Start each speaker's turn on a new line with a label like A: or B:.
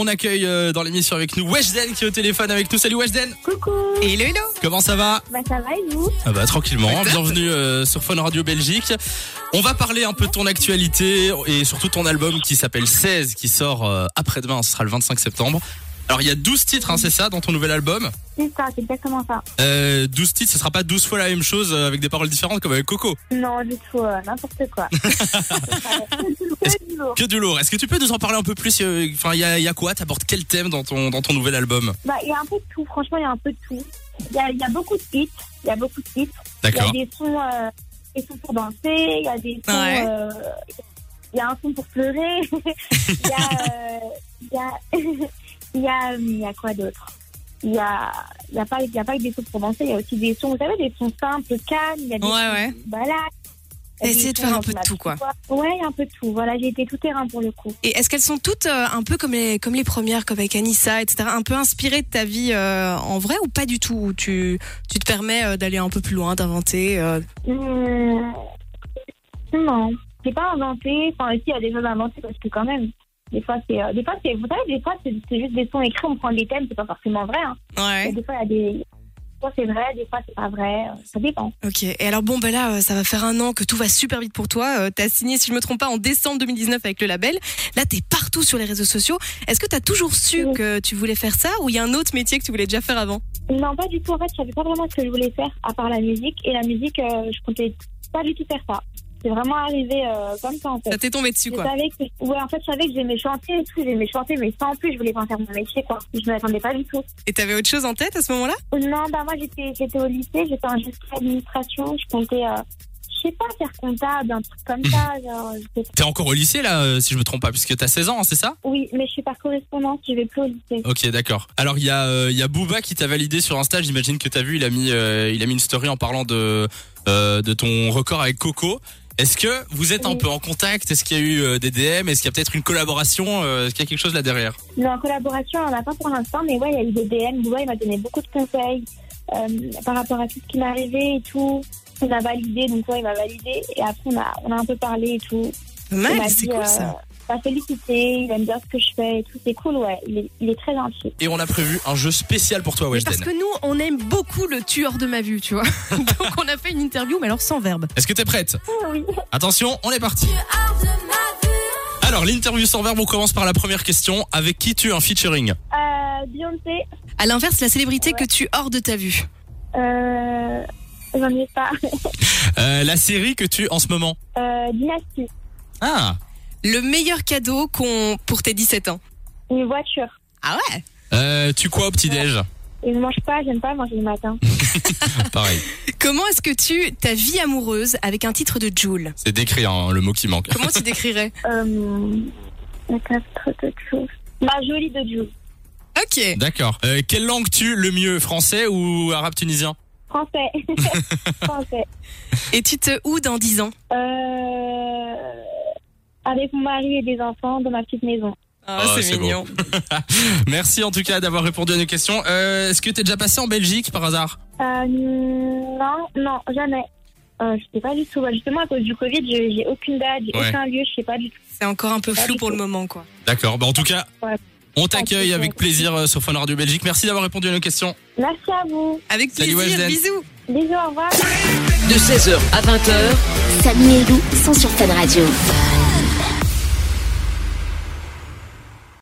A: On accueille euh, dans l'émission avec nous Weshden qui est au téléphone avec nous. Salut Weshden
B: Coucou
C: Hello, hello
A: Comment ça va
B: Bah ça va et vous
A: Ah bah tranquillement, bienvenue euh, sur Fun Radio Belgique. On va parler un peu de ton actualité et surtout ton album qui s'appelle 16 qui sort euh, après-demain, ce sera le 25 septembre. Alors il y a 12 titres, hein, c'est ça, dans ton nouvel album
B: C'est ça, c'est exactement ça.
A: euh, 12 titres, ce sera pas 12 fois la même chose euh, avec des paroles différentes comme avec Coco.
B: Non, du tout, euh, n'importe quoi.
A: Est-ce-
B: C'est du lourd.
A: Que du lourd. Est-ce que tu peux nous en parler un peu plus euh, Enfin, il y a, il y a quoi T'abordes quel thème dans ton, dans ton nouvel album
B: Bah il y a un peu de tout, franchement il y a un peu de tout. Il y a, il y a beaucoup de hits, il y a beaucoup de hits. Il y a
A: D'accord.
B: des sons, euh, des sons pour danser, il y a des sons...
C: Ouais.
B: euh, il y a un son pour pleurer. Il y a... euh, Il y, a il y, a, euh, il y a quoi d'autre il y a, il y a pas, il y a pas que des sons pour danser, il y a aussi des sons, vous savez, des sons simples, calmes, il y a des
C: Ouais,
B: sons
C: ouais.
B: qui baladent, il y a des
C: Essayez de
B: sons
C: faire un
B: dans
C: peu de
B: la
C: tout, quoi.
B: Ouais, un peu de tout. Voilà, j'ai été tout terrain pour le coup.
C: Et est-ce qu'elles sont toutes euh, un peu comme les, comme les premières, comme avec Anissa, etc., un peu inspirées de ta vie euh, en vrai ou pas du tout ou tu, tu te permets euh, d'aller un peu plus loin, d'inventer euh,
B: Hum, Non, j'ai pas inventé. Enfin, si, il y a des choses inventées parce que quand même, des fois c'est, euh, des fois c'est, vous savez, des fois c'est c'est juste des sons écrits, on prend des thèmes, c'est pas forcément vrai. hein.
C: Ouais.
B: Et Des fois il y a des, des fois c'est vrai, des fois c'est pas vrai. euh, Ça dépend.
C: Ok, et alors bon, bah là, euh, ça va faire un an que tout va super vite pour toi. Euh, t'as signé, si je me trompe pas, en décembre 2019 avec le label. Là, t'es partout sur les réseaux sociaux. Est-ce que t'as toujours su
B: Oui.
C: que tu voulais faire ça ou il y a un autre métier que tu voulais déjà faire avant
B: Non, pas du tout. En fait, je savais pas vraiment ce que je voulais faire à part la musique. Et la musique, euh, je comptais pas du tout faire ça. C'est vraiment arrivé euh, comme ça en fait.
C: Ça t'est tombé dessus,
B: Je
C: quoi.
B: savais que, ouais, en fait, je savais que j'aimais chanter et tout, j'aimais chanter, mais sans plus, je voulais pas en faire mon métier, quoi. Je m'attendais pas du tout.
C: Et t'avais autre chose en tête à ce moment-là
B: Non, bah, moi, j'étais, j'étais au lycée, j'étais en gestion d'administration, je comptais, euh, je sais pas, faire comptable, un truc comme ça, genre, je sais-
A: T'es encore au lycée là, euh, si je me trompe pas, puisque t'as 16 ans, hein, c'est ça
B: oui, mais je suis par correspondance, je vais plus au lycée.
A: Ok, d'accord. Alors il y a euh, il y a Booba qui t'a validé sur Insta. J'imagine que t'as vu, il a mis euh, il a mis une story en parlant de euh, de ton record avec Coco. Est-ce que vous êtes un
B: Oui.
A: peu en contact Est-ce qu'il y a eu euh, des DM Est-ce qu'il y a peut-être une collaboration Euh, Est-ce qu'il y a quelque chose là derrière
B: Mais en collaboration, on en a pas pour l'instant, mais ouais, il y a eu des DM, Bouba, il m'a donné beaucoup de conseils, euh, par rapport à tout ce qui m'arrivait et tout. On a validé, donc ouais, il m'a validé, et après, on a, on a un peu parlé et tout. il
C: Pas
B: m'a
C: mal, Hein, c'est
B: dit,
C: cool
B: euh,
C: ça.
B: m'a félicité, il aime bien ce que je fais et tout, c'est cool, ouais, il est, il est très gentil.
A: Et on a prévu un jeu spécial pour toi,
D: Mais parce
A: Weshden.
D: que nous, on aime beaucoup le tueur de ma vue, tu vois. Donc on a fait une interview, mais alors sans verbe.
A: Est-ce que t'es prête
B: Oui.
A: Attention, on est parti. Alors l'interview sans verbe, on commence par la première question. Avec qui tu es en featuring
B: Euh, Beyoncé,
C: À l'inverse, la célébrité
B: Ouais.
C: que tu hors de ta vue.
B: Euh, j'en ai pas.
A: Euh, La série que tu es en ce moment
B: Euh, dynastie.
A: Ah
C: Le meilleur cadeau qu'on pour tes 17 ans.
B: Une voiture.
C: Ah ouais
A: Euh, tu quoi au petit-déj
B: Et je mange pas, j'aime pas manger le matin.
A: Pareil,
C: Comment est-ce que tu ta vie amoureuse avec un titre de Joule
A: c'est décrit hein, le mot qui manque.
C: Comment tu décrirais
B: Euh, la catastrophe de Jules. Ma jolie de Jules.
C: Ok.
A: D'accord. Euh, quelle langue tu le mieux, français ou arabe tunisien
B: Français. Français.
C: Et tu te où dans 10 ans
B: Euh, avec mon mari et des enfants dans ma petite maison.
C: Ah,
A: Oh,
C: c'est
A: c'est beau.
C: mignon.
A: Merci en tout cas d'avoir répondu à nos questions. Euh, Est-ce que t'es déjà passé en Belgique par hasard
B: Euh, non, non, jamais. Euh, je sais pas du tout. Bah, Justement, à cause du Covid, j'ai j'ai aucune date, j'ai
A: Ouais.
B: aucun lieu, je sais pas du tout.
C: C'est encore un peu flou pour le moment, quoi.
A: D'accord. Bah en tout cas,
B: Ouais.
A: on t'accueille avec plaisir euh, sur Fun Radio Belgique. Merci d'avoir répondu à nos questions.
B: Merci à vous.
C: Avec
A: Salut,
C: plaisir,
A: Weshden.
C: bisous.
B: Bisous, au revoir.
E: De 16h à 20h,
F: Samy et Lou sont sur Fun Radio.